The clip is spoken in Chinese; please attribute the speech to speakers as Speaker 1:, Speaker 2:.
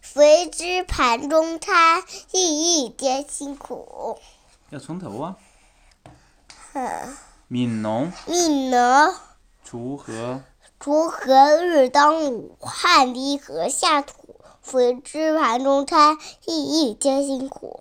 Speaker 1: 谁知盘中餐，粒粒皆辛苦。
Speaker 2: 要从头啊。
Speaker 1: 哼，
Speaker 2: 悯农，
Speaker 1: 命能
Speaker 2: 锄禾，
Speaker 1: 锄禾日当午，汗滴禾下土。谁知盘中餐，粒粒皆辛苦。